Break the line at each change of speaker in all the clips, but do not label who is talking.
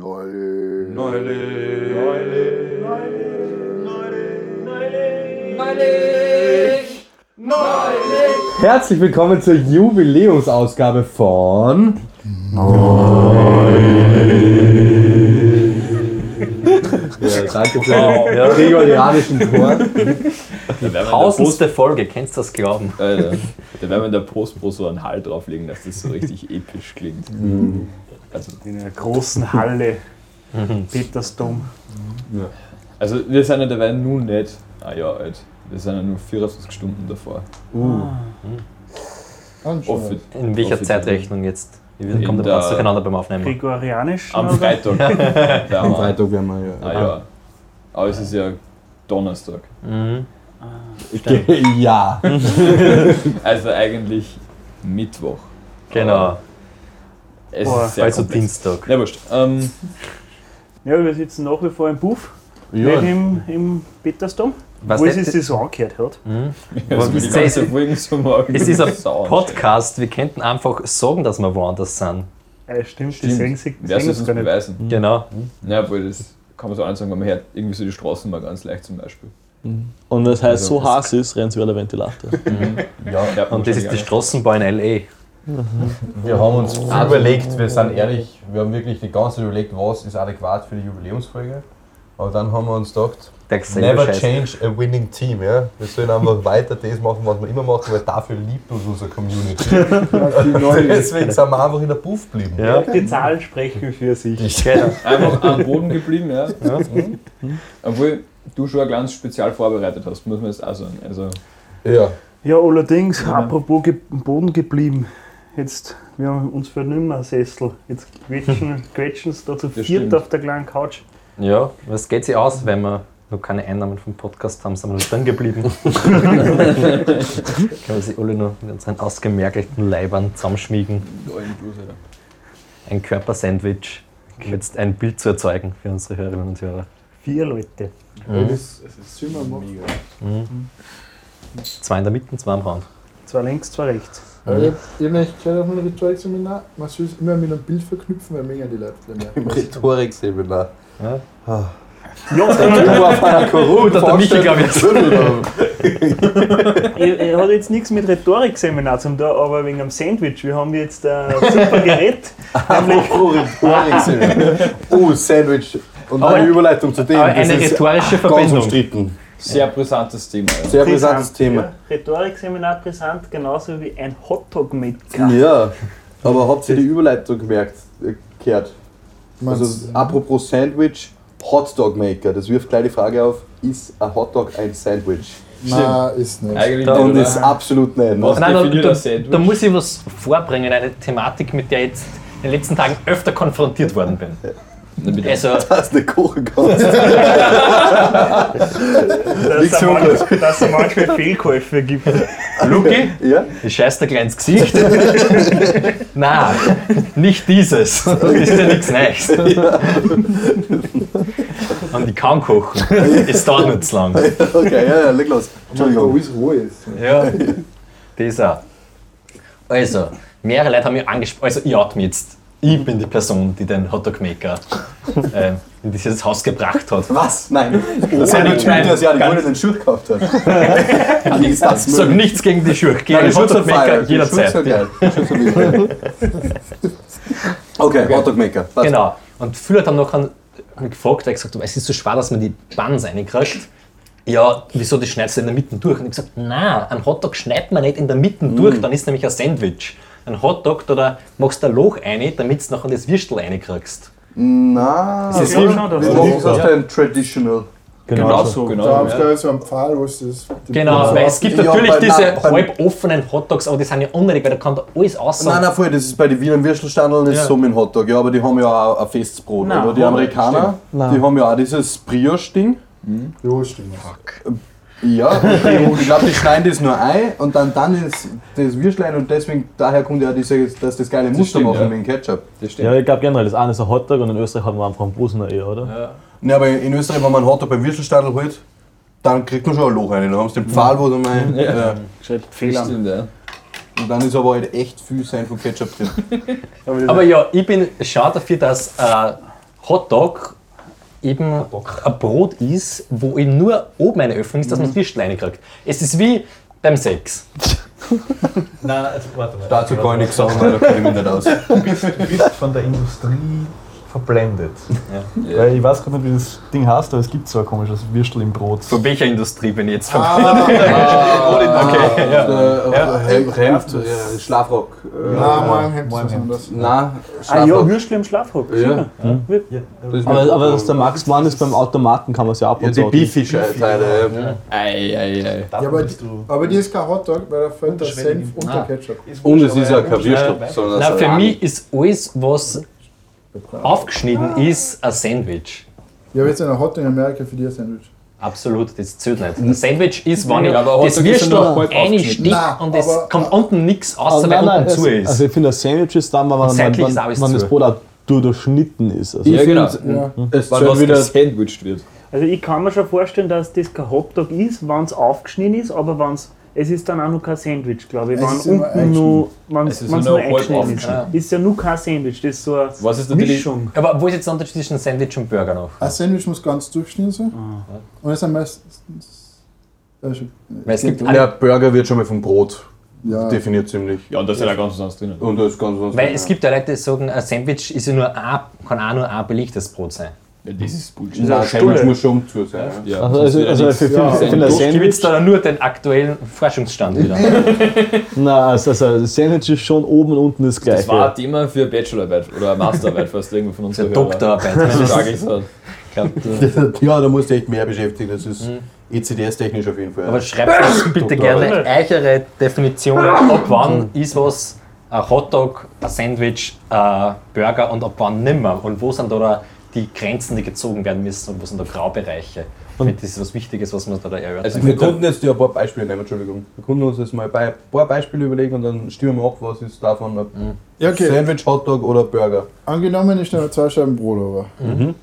Neulich.
Neulich.
Neulich. Neulich. Neulich.
Herzlich willkommen zur Jubiläumsausgabe von. Ja, danke für den gregorianischen Chor.
Da werden, wir in der Post,
Tausendste Folge, kannst du das glauben?
Alter, da werden wir in der Postpro so einen Hall drauflegen, dass das so richtig e- episch klingt. Also,
In einer großen Halle. Petersdom.
also wir sind ja dabei nur nicht ein Jahr alt. Wir sind ja nur 24 Stunden davor.
Ganz
Offi-
In welcher
offiziell.
Zeitrechnung jetzt? Wir
In
kommen
der-
da durcheinander beim Aufnehmen.
Gregorianisch.
Am
oder?
Freitag. Da haben
Am
wir
Freitag werden wir ja.
ein Jahr. Aber es ist ja Donnerstag.
Mhm.
Ja.
Also eigentlich Mittwoch.
Genau,
Es
Boah.
ist sehr
also
komplex.
Dienstag.
Ja, wurscht. Ähm,
Ja, wir sitzen nach wie vor im Buff.
Ja.
Nicht im, im Petersdom.
Was
wo es
nicht-
sich das so angehört hat.
Mhm.
also die
ist
ganze
das?
Folge so morgen.
Es ist ein
Sau.
Podcast, wir könnten einfach sagen, dass wir woanders sind.
Äh, stimmt, die
Stimmt.
singen sich
Wer soll
singen
es
uns
uns
gar nicht.
beweisen?
Genau.
Na, obwohl das kann man so ansagen, wenn man hört, irgendwie so die Straßen mal ganz leicht zum Beispiel.
Und wenn es heiß
Also,
so heiß ist, rennen sie über den Ventilator.
Ja, hört man
Und das
schon
ist die
gerne.
Straßenbahn in
Wir haben uns viel überlegt, wir sind ehrlich, wir haben wirklich die ganze Zeit überlegt, was ist adäquat für die Jubiläumsfolge. Aber dann haben wir uns gedacht,
L.A. Der selbe
never
Scheiß.
change a winning team. Ja? Wir sollen einfach weiter das machen, was wir immer machen, weil dafür liebt uns unsere Community. Deswegen sind wir einfach in der Puff geblieben.
Ja,
Die Zahlen sprechen für sich.
genau.
Einfach am Boden geblieben, ja. Mhm. Obwohl du schon ganz spezial vorbereitet hast, muss man jetzt auch sagen. Also,
Ja.
Ja, allerdings, apropos ge am Boden geblieben. Jetzt, wir haben uns für nimmer Sessel. Jetzt quetschen, quetschen sie da zu
Das
viert
stimmt.
auf der kleinen Couch.
Ja, was geht sich aus, wenn wir noch keine Einnahmen vom Podcast haben, sind wir noch drin geblieben. Können wir sich alle noch mit unseren ausgemergelten Leibern zusammenschmiegen. ein Körpersandwich, um jetzt ein Bild zu erzeugen für unsere Hörerinnen und Hörer.
Vier Leute.
Hm? Zwei in der Mitte und zwei am Rand.
Zwei links, zwei rechts.
Ja. Ich hab- ich hab nämlich gehört auf einem Rhetorikseminar, man soll es immer mit einem Bild verknüpfen, weil mega die Leute dann mehr.
Im Rhetorikseminar.
Ja.
Ja,
Oh, da hat der Michi, glaube ich.
er, er hat jetzt nichts mit Rhetorikseminar zum da, aber wegen am Sandwich. Wir haben jetzt ein super Gerät. nämlich,
Rhetorikseminar. Oh, Sandwich. Und
Aber-
eine Überleitung zu dem.
Aber
das
eine
ist
rhetorische
ganz
Verbindung.
umstritten.
sehr brisantes Thema. Ja.
Sehr brisantes Thema.
Ja, Rhetorikseminar brisant, genauso wie ein Hotdog-Maker.
Ja, aber habt ihr die Überleitung gemerkt, äh, gehört?
Meinst
Also apropos Sandwich, Hotdog Maker, das wirft gleich die Frage auf, ist ein Hotdog ein Sandwich?
Nein, ist nicht.
Eigentlich
Da-
nicht,
Und
oder?
ist absolut nicht.
Was
Ne?
Nein, da,
definiert ein
da,
Sandwich?
da muss ich was vorbringen, eine Thematik, mit der ich jetzt in den letzten Tagen öfter konfrontiert worden bin.
Na, bitte.
Also,
Dass du nicht kochen kannst.
Dass es manchmal, dass es manchmal Fehlkäufe gibt.
Luki,
ja?
ich scheiß dir gleich ins Gesicht. Nein, nicht dieses. Das ist ja nichts Neues. Und ich kann kochen. Es dauert nicht zu lang.
Okay, ja, ja, leg los.
Wo
Entschuldigung.
ist Ruhe jetzt?
Ja, das auch. Also, mehrere Leute haben mich angesprochen. Also, ich oute mich jetzt. Ich bin die Person, die den Hotdog-Maker äh, in dieses Haus gebracht hat.
Was? Nein. Das
Nein,
Sandwich,
nein,
wie das ja die
ganz-
Mutter den Schuh gekauft hat. Wie ist das
Sag nichts gegen die Schurke, gegen
Nein,
den
die Schuhe sind
Hotdog-Maker
fein. Die Schuhe
jederzeit.
sind geil. Die Schuhe sind geil. Okay, Hotdog Maker. passt.
Genau. Und viele Leute haben nachher mich gefragt, weil ich gesagt habe, es ist so schwer, dass man die Buns reinkriegt. Ja, wieso, das schneidest du in der Mitte durch? Und ich gesagt, nein, einen Hotdog schneidet man nicht in der Mitte
Mm.
durch, dann ist nämlich ein Sandwich. Ein Hotdog, da, da machst du ein Loch rein, damit du nachher das Würstel reinkriegst.
Na,
Das ist
Ja, schon, das
warum ist
ist-
das denn traditional?
Genau so.
Da
Genau,
haben sie
ja.
gleich so einen Pfahl, wo sie das. die
Genau,
Blumen
weil es gibt
Ja,
natürlich
bei-
diese
nein, bei-
halb offenen Hotdogs, aber die sind ja unnötig, weil da kann da alles aussehen.
Nein, nein, voll, das ist bei den Wiener Würstelstandeln ist
Ja.
so mit dem Hotdog, ja, aber die haben ja auch ein festes Brot.
Nein,
oder die
haben
Amerikaner, die haben ja auch dieses Brioche-Ding.
Ja, stimmt.
Ja, und die- ich glaube, die schneiden das nur ein und dann, dann ist das Würstlein und deswegen, daher kommt ja diese, dass das geile Muster
stimmt,
machen
ja.
mit dem Ketchup.
Das stimmt.
Ja, ich glaube generell, das eine ist ein Hotdog und in Österreich hat man einfach einen Brusner eher, oder?
Ne, aber in Österreich, wenn man einen Hotdog beim Würstelstandel holt, dann kriegt man schon ein Loch rein. Dann haben sie den Pfahl, wo du mein, ja.
Schreibt
Das
Fehlern.
stimmt, ja.
Und dann ist aber halt echt viel sein von Ketchup drin.
Aber ja, ich bin schon dafür, dass äh, Hotdog eben ein Brot ist, wo eben nur oben eine Öffnung ist, dass man das Würstel reinkriegt. Es ist wie beim Sex.
Nein, also, warte mal.
Dazu kann ich nichts sagen, weil da kenne ich mich nicht aus.
Du bist, du bist von der Industrie verblendet.
Ja.
Weil ich weiß gar nicht, wie das Ding heißt, aber es gibt so ein komisches Würstel im Brot.
Von welcher Industrie bin ich jetzt
Ah, Okay, ja. Hemd, ja, Schlafrock.
Na,
Äh,
morgen hätten wir was anderes.
Na,
Ah ja,
Schlafrock.
Würstel im Schlafrock.
Ja.
sicher. Wir-
Aber, aber dass der Max Mann ist beim Automaten, kann man es ja ab
Ja,
und
die
zu.
Beefy-Teile. ja.
Ei, ei, ei.
Ja, aber, aber die ist kein Hotdog, weil da fällt der Senf und der
Ah.
Ketchup.
Und es ist ja kein Würstel, sondern
Na, für
Salami.
mich ist alles, was aufgeschnitten ist, ein Sandwich.
Ich habe jetzt einen Hotdog in Amerika für dir Sandwich.
Absolut, das zählt nicht. Ein Sandwich ist, wenn ich
Ja,
das
aber Hotdog ist ja
Würstel
nur halb
eine
aufgeschnitten.
Stich
Nein,
und es
aber-
kommt unten nichts außer
Also,
weil
nein, nein,
unten zu
es-
ist.
also ich finde, das Sandwich ist dann, wenn, man, wenn,
seitlich ist auch
wenn,
alles
wenn das
zu.
Brot auch durch- durchschnitten ist. Also,
Ja, genau.
Ja.
Es
Weil
zählt
was
wieder
gesandwiched wird.
Also ich kann mir schon vorstellen, dass das kein Hotdog ist, wenn es aufgeschnitten ist, aber wenn's, es ist dann auch noch kein Sandwich, glaube ich.
Es ist
Wenn
immer
unten nur, wenn
Es
es
ist
nur
nur halb
eingeschnitten ist.
aufgeschnitten.
Ist ja nur kein Sandwich, das ist so eine
Was ist natürlich.
Mischung.
Aber wo ist jetzt der Unterschied zwischen Sandwich und Burger noch?
Ein Sandwich muss ganz durchschnitten sein. Und das sind meistens. äh, schon-
Weil es gibt,
Der Burger wird schon mal vom Brot
Ja,
definiert ziemlich.
Ja, und da ist ja auch ganz was anderes drinnen.
Und das ist ganz was.
weil es gibt ja Leute, die sagen, ein Sandwich ist ja nur ein, kann auch nur ein belegtes Brot sein.
Ja, das ist Bullshit.
Nein, Sandwich muss schon zu sein. ja.
Ja,
also, also,
sonst
also
wäre
ich finde,
Ja,
ich finde, ein
Ich gebe
Sandwich,
jetzt da nur den aktuellen Forschungsstand wieder.
nein, also, also ein Sandwich ist schon oben und unten das gleiche.
Das war ein Thema für eine Bachelorarbeit oder eine Masterarbeit, fast irgendwo von uns.
Der Doktorarbeit.
halt,
ja, da musst du echt mehr beschäftigen. Das ist E ECDS-technisch auf jeden Fall.
Mhm. Aber schreibt uns bitte gerne eure Definitionen, ab wann ist was ein Hotdog, ein Sandwich, ein Burger und ab wann nimmer. Und wo sind da da die Grenzen, die gezogen werden müssen und wo sind da Graubereiche? Ich finde, das ist was Wichtiges, was man da erörtert.
Also,
wir konnten jetzt ja ein paar Beispiele nehmen, Entschuldigung. Wir konnten uns jetzt mal ein paar Beispiele überlegen und dann stimmen wir ab, was ist davon ein
Mhm.
ja okay.
Sandwich, Hotdog oder Burger.
Angenommen, ich nehme zwei Scheiben Brot over.
Mhm.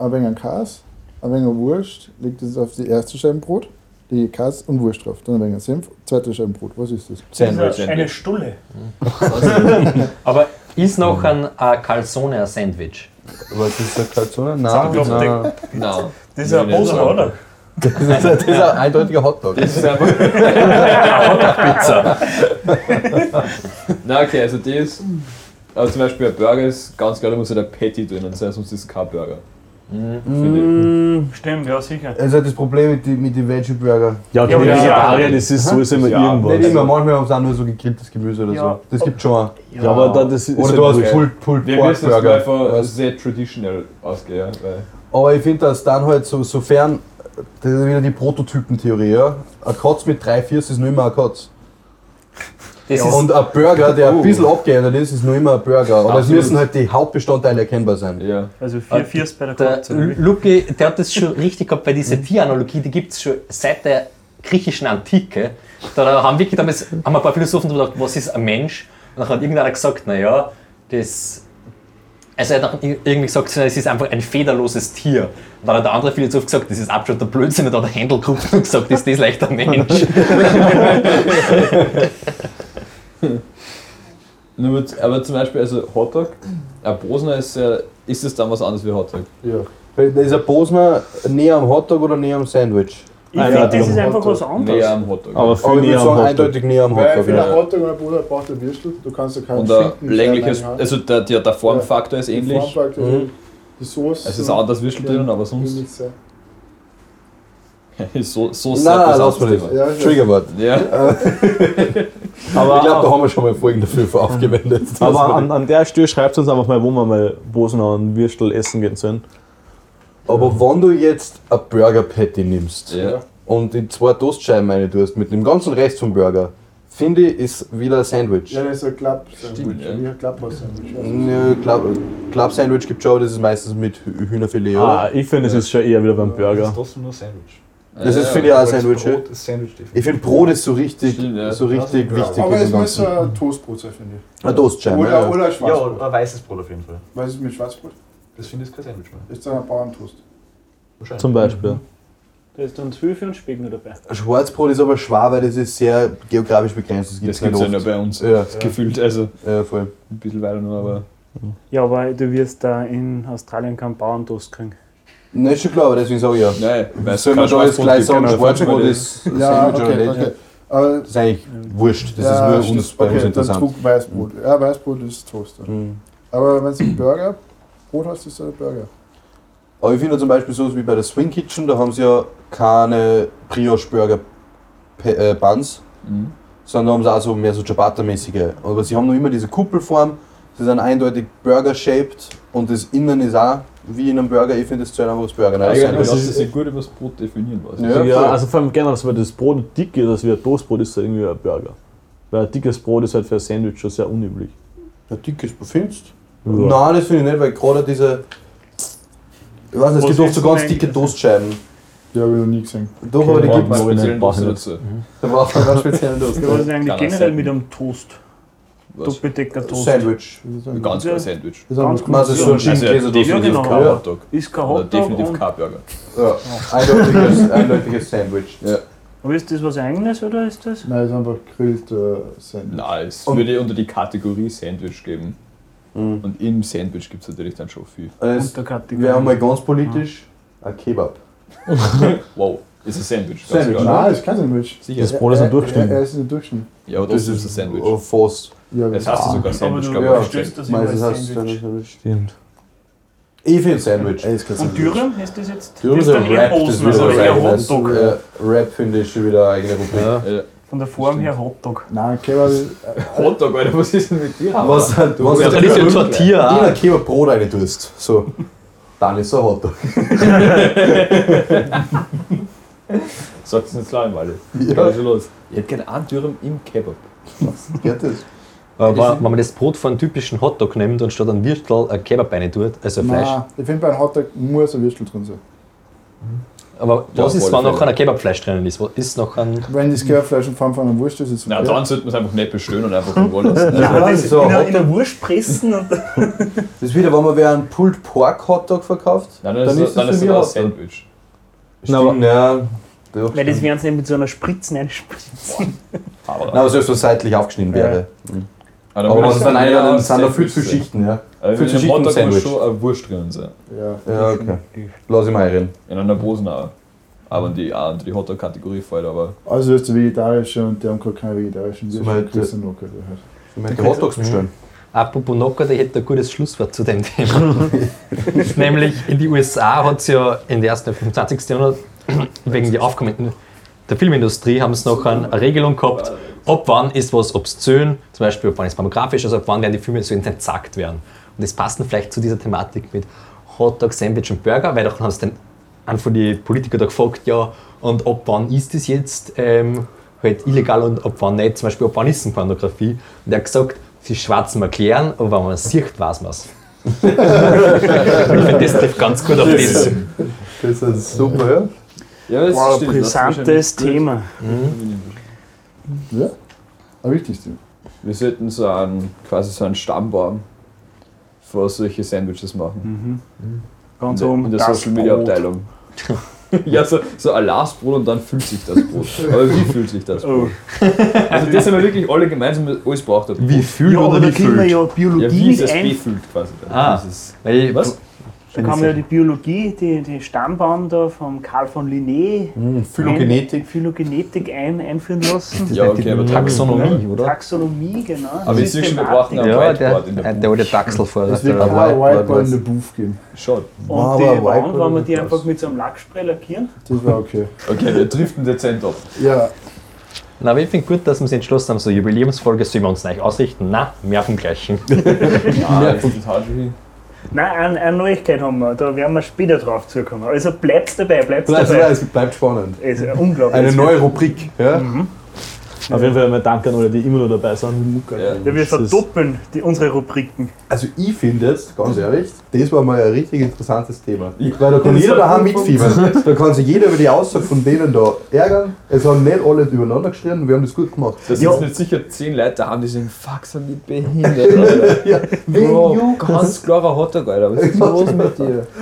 Ein wenig an Käse, ein wenig an Wurst, legt es auf die erste Scheibe Brot, die Käse und Wurst drauf. Dann ein wenig an Senf, zweite Scheibe Brot. Was ist das?
Sandwich,
Eine
Sandwich.
Stulle.
Aber ist noch ein, ein Calzone ein Sandwich?
Was ist der Kalzone? Nein,
Sandwich.
nein.
Nein.
Das ist ja ein
Nein,
Poser,
nein.
oder?
Das ist, das ist ein eindeutiger Hotdog.
Das ist einfach.
Pizza.
Na okay, also die ist. Also zum Beispiel ein Burger ist ganz klar, da muss ja der Patty drinnen sein, sonst ist es kein Burger.
Mhm.
Finde
Stimmt, ja sicher.
Es ist halt das Problem mit den mit die Veggie-Burger.
ja, okay,
Ja, aber ja.
Vegetarier, das ist sowieso immer
Ja,
Nicht immer,
irgendwas.
manchmal haben sie auch nur so gegrilltes Gemüse oder
Ja.
so. Das gibt schon auch.
Ja, aber da, das ist
Oder
halt
du
wurscht.
hast Pulled Pull
ich. Wir müssen jetzt mal
Burger.
von sehr traditional ausgehen, ja, weil.
Aber ich finde, dass dann halt so, sofern, das ist wieder die Prototypentheorie, ja. Ein Kotz mit drei Viers ist nur immer ein Kotz.
Das ist,
Und ein Burger, der ein bisschen abgeändert ist, ist nur immer ein Burger. Aber es müssen halt die Hauptbestandteile erkennbar sein.
Ja.
Also
Ah,
vier Viers bei der
der
Kreuzung. oder wie?
Luki, der hat das schon richtig gehabt, weil
Mhm.
diese Tieranalogie, die gibt es schon seit der griechischen Antike. Da haben wirklich damals haben ein paar Philosophen darüber gedacht, was ist ein Mensch? Und dann hat irgendeiner gesagt, naja, das. Also er hat dann irgendwie gesagt, es ist einfach ein federloses Tier. Und dann hat der andere Philosoph gesagt, das ist absoluter Blödsinn. Und dann hat der Händel gerufen und gesagt, ist das leicht ein Mensch?
Nur mit, aber zum Beispiel, also Hotdog, ein Bosner ist ja. Ist es dann was anderes wie Hotdog?
Ja. Ist ein Bosner näher am Hotdog oder näher am Sandwich?
Ich finde, das ist
halt
einfach was anderes.
Näher am Hotdog.
Aber für
Aber ich
mich
würde
am
sagen,
Hotdog.
eindeutig näher am
Weil
Hotdog.
für einen
Ja.
Hotdog oder Brot braucht der Würstel, du kannst ja keinen
Und ein
Schinken
längliches,
Also
also der, der, der Formfaktor ist ähnlich.
Mhm.
Mhm.
Die Soße.
Es ist anders Würstel drinnen, aber sonst
ähnlich sein.
ist so, so sehr
Nein, lass mal
Thema.
Ja,
das. Triggerwort.
Ja,
Aber,
Ich glaube, da haben wir schon mal Folgen dafür aufgewendet.
aber an, an der Stelle schreibt uns einfach mal, wo wir mal Bosen und Würstel essen gehen sollen.
Aber wenn du jetzt ein Burger Patty nimmst
ja.
und in zwei Toastscheiben eine tust mit dem ganzen Rest vom Burger, finde ich, ist wieder ein Sandwich.
Ja, das ist ein Klapp-Sandwich.
Stimmt, ja. Mhm.
Wie ein Klapp-Sandwich.
Nö, Club, Club Sandwich gibt schon, aber das ist meistens mit Hü- Hühnerfilet,
Ah,
oder?
ich finde, es ist schon eher wieder beim
Das
Burger.
ist trotzdem nur Sandwich.
Das ist,
Ja,
finde ich, auch ein
Weil das
Sandwich. ja.
Brot ist Sandwich definitiv.
Ich finde Brot ist so richtig,
Stimmt, ja.
so richtig wichtig
Aber
in
es
dem
muss so
Ganzen.
ein Toastbrot sein, finde ich.
Ein Toastscheibe.
Oder,
ja.
oder ein
Ja,
Schwarzbrot.
oder ein weißes Brot auf jeden Fall.
Was ist mit Schwarzbrot?
Das finde ich kein Sandwich mehr.
Das ist dann ein Bauerntoast.
Wahrscheinlich.
Zum Beispiel.
Da ist dann Zwiebel und Speck noch dabei.
Schwarzbrot ist aber schwer, weil das ist sehr geografisch begrenzt. Das gibt
Das
es nicht
gibt es ja nur
oft.
bei uns. äh,
Ja,
Gefühlt, also
ja, voll.
ein bisschen weiter nur, aber
Ja, aber du wirst da in Australien keinen Bauerntoast kriegen.
Ne, ist schon klar, aber deswegen sage ich ja.
Nein, weil es
Sollen wir
kein
da jetzt
Schwarzbrot
gleich
gibt.
sagen,
Genau,
Schwarzbrot
fünfmal
ist
Ja,
Sandwich
okay,
Omelette?
okay. Aber,
Das ist eigentlich wurscht, das
ja,
ist nur uns,
stimmt.
bei
okay,
uns
Dann
interessant.
trug Weißbrot. Ja, Weißbrot ist Toaster. Aber wenn du Burger, Brot hast, ist es ein Burger.
Aber ich finde zum Beispiel sowas wie bei der Swing Kitchen, da haben sie ja keine Brioche-Burger-Buns,
Mhm.
sondern haben sie auch so mehr so Ciabatta-mäßige. Aber sie haben noch immer diese Kuppelform, sie sind eindeutig Burger-shaped und das Innen ist auch wie in einem Burger. Ich finde, das zählt einfach als Burger. Nein,
Eigentlich
das
lassen
ist-
sie sich gut über Also, das Brot definieren. Was
Ja.
Ja,
voll.
also vor allem generell, dass wenn das Brot dick ist, also wie ein Toastbrot, ist das irgendwie ein Burger. Weil ein dickes Brot ist halt für ein Sandwich schon sehr unüblich.
ein dickes Befindst.
Ja.
Nein, das finde ich nicht, weil gerade diese. Ich weiß nicht, es
Was
gibt oft
ist
so
denn
ganz
eigentlich
dicke
das?
Toastscheiben.
Die habe ich noch nie gesehen.
Doch, aber Oh, die gibt
Braucht
Gibt
man
es
es.
aber nicht,
speziellen
braucht man nicht.
dazu?
Da braucht man ganz speziellen Toast.
Ja, was ist
Kann
eigentlich
das
generell
sein?
mit einem Toast?
Was?
Doppeldecker-Toast.
Sandwich.
Ein ganz ein Sandwich.
Das haben wir
Man ist so ein
Also
Schienenkäse
definitiv
Ja, genau.
kein
Ja,
Hotdog.
Ist kein
Oder
Hotdog
definitiv
und...
kein Burger.
ja. Eindeutiges, eindeutiges Sandwich.
Aber ist das was Eigenes oder ist das?
Nein, es ist einfach gegrillt äh, Sandwich.
Nein, es
Und-
würde unter die Kategorie Sandwich geben. Und im Sandwich gibt es natürlich dann schon viel.
Das
Unterkategorie.
wäre mal ganz politisch ein Kebab.
Wow, ist ein Sandwich. ganz
Sandwich,
klar.
Nein, ist kein Sandwich.
Sicher.
Das Brot ist ein Durchschnitt.
Er, er ist ein Durchschnitt.
Ja, aber das ist ein Sandwich.
äh, Fast.
Ja, ah.
Es heißt ja sogar
Aber
Sandwich,
du
glaub
ja.
ich.
verstehst das immer als
Meistens heißt es
Sandwich.
Sandwich.
Stimmt.
Ich finde Sandwich.
er ist kein
Und
Sandwich.
Dürren ist das jetzt?
Dürren
das
ist
ist
ein
dann eher
Rap, das ist
Osen,
wieder
also
was
eher
eigenes.
Hotdog.
Äh, Rap finde ich schon wieder eine eigene Rubrik.
Äh,
Von der Form her Hotdog.
Nein, Kebab ist.
Hotdog, Alter, was ist denn mit dir?
Was, was
Ja, dann ist ja
in
Tortilla auch.
ein Kebab Brot rein tust, so, dann ist es ein Hotdog.
Sagt es nicht klar, Walle.
Ja.
Was ist los? Ich hätte gerne einen Dürren im Kebab.
Geht das?
Aber wenn man das Brot von einem typischen Hotdog nimmt und statt einem Würstel ein Kebab rein tut, also Fleisch.
Nein, ich finde, bei einem Hotdog muss ein Würstel drin sein.
Aber
Ja,
was
auf
ist,
alle
wenn noch
Fälle.
ein Kebabfleisch drinnen ist? Was ist noch ein.
Wenn das Gehörfleisch in Form von einer Wurst ist, ist es
Na,
okay.
dann sollten wir es einfach nicht bestellen und einfach irgendwo lassen. Also,
Ja, das ist so ein Hotdog.
der Wurst pressen und
Das ist wieder, wenn man wer einen Pulled Pork Hotdog verkauft.
Nein, dann, ist es dann
für
ist es
mich
ein
Hotdog.
Sandwich.
Stimmt, aber, ja. Doch,
Weil das
stimmt.
werden sie mit so einer Spritze einspritzen.
Nein, aber selbst wenn es seitlich aufgeschnitten wäre.
Ah, dann
Aber
würde
wenn es
ich
dann
sagen,
einer,
ja,
dann sind da viel
Sandwich
zu
Also, sein.
Schichten, ja.
Aber
Viel zu
in einem
schicken
Hotdog muss
Sandwich.
schon eine Wurst drinnen sein.
Ja.
Ja, okay. Lass ich mal reden.
In einer Bosenauer. Aber in die, auch unter die Hotdog-Kategorie fällt, aber
Also ist der vegetarische und die haben gar keine vegetarischen
So mal
Würstel. Kriegst du noch keine halt.
Ich meine, die Hotdogs bestellen.
Apropos Nocker, ich hätte ein gutes Schlusswort zu dem Thema. Nämlich in die USA hat es ja in der ersten, im 20. Jahrhundert wegen der aufkommenden der Filmindustrie haben sie noch eine Regelung gehabt, ob wann ist was obszön, zum Beispiel ob wann ist pornografisch, also ab wann werden die Filme so entzackt werden. Und das passt dann vielleicht zu dieser Thematik mit Hotdog, Sandwich und Burger, weil dann haben sie dann einen von den Politikern da gefragt, ja, und ab wann ist das jetzt ähm, halt illegal und ab wann nicht, zum Beispiel ab wann ist es Pornografie. Und er hat gesagt, sie schwarzen erklären, aber wenn man es sieht, weiß man es. ich finde, das trifft ganz gut auf das.
Das ist super, ja.
Ja, das
Wow, brisantes Thema.
Ja? Am wichtigsten.
Wir sollten so einen, quasi so einen Stammbaum für solche Sandwiches
Mhm.
machen.
Ganz
in,
oben.
der, in der Social Media Abteilung. ja, so, so ein Lastbrot und dann fühlt sich das Brot. Aber wie fühlt sich das Brot?
Oh.
Also das haben wir wirklich alle gemeinsam alles braucht.
Wie fühlt
Ja, aber
oder
da
wie
kriegen wir
fühlt?
ja
Ja,
Biologie
wie
mit
es
ein.
befüllt quasi. dann.
Ah.
Dieses-
Weil ich-
Was?
Da kam ja die Biologie, die, die Stammbaum da vom Karl von Linné.
Phylogenetik.
Ein, Phylogenetik ein, einführen lassen.
Ja, okay, aber
Taxonomie,
ne?
oder?
Taxonomie, genau.
Aber ich sehe schon, wir brauchen einen
Ja,
Whiteboard
der,
in der
der alte Taxel vorher.
Es wird
ja,
kein
White-
Whiteboard
White-
in der Booth geben.
Schon.
Und die
Wow, wow,
Wand, wenn wir die
wow.
einfach mit so einem Lackspray lackieren.
Das war okay.
Okay, wir driften dezent ab.
Ja,
Na, aber ich finde gut, dass wir uns entschlossen haben, so eine Jubiläumsfolge sollen wir uns nicht ausrichten. Na, mehr vom Gleichen.
Ja, das ist hart wie-
Nein, eine, eine Neuigkeit haben wir, da werden wir später drauf zukommen. Also bleibt dabei, bleibt
Also,
dabei.
es bleibt spannend.
Es ist unglaublich.
Eine neue Rubrik, ja.
Auf jeden Fall einmal danke an alle, die immer noch dabei sind.
Ja.
ja, wir
Das ist-
verdoppeln die, unsere Rubriken.
Also ich finde jetzt, ganz ehrlich, das war mal ein richtig interessantes Thema.
Ja.
Weil da kann jeder daheim mitfiebern. Da kann sich jeder über die Aussage von denen da ärgern. Es haben nicht alle übereinander geschrien und wir haben das gut gemacht.
Das
Ja.
sind nicht sicher zehn Leute daheim, die sagen, fuck, sind die behindert, Alter.
Ja, wegen
Bro,
you.
ganz klarer Hotdog, Alter. Was ist los mit dir?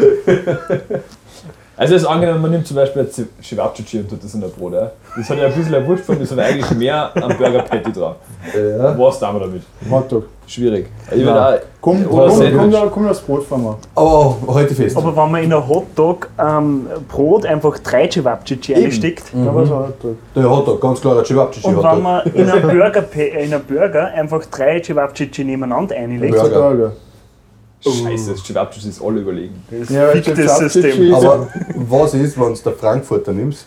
Also jetzt angenommen, man nimmt zum Beispiel jetzt Chivapchichi und tut das in der Brot. Ja. Das hat ja ein bisschen eine Wurst von, das hat eigentlich mehr am Burger Patty drauf.
Ja.
Was tun wir damit?
Hotdog.
Schwierig. Ich würde
Komm,
Oder
komm, komm,
Sandwich.
da, komm das Brot fahren wir.
Oh, heute fest.
Aber wenn man in ein Hotdog ähm, Brot einfach drei Cevapcici einsteckt
Da war so ein Hotdog.
Der Hotdog, ganz klarer Chivapchichi
und wenn
Hotdog.
man in einen Burger, pa- äh, in einen Burger einfach drei Cevapcici nebeneinander einlegt,
Ja.
Burger. Burger.
auch. Scheiße, Chivapchichi ist alle überlegen.
Ja, weil
fickt das
Chipsabschichi ist-
System.
Aber was ist, wenn du der Frankfurter nimmst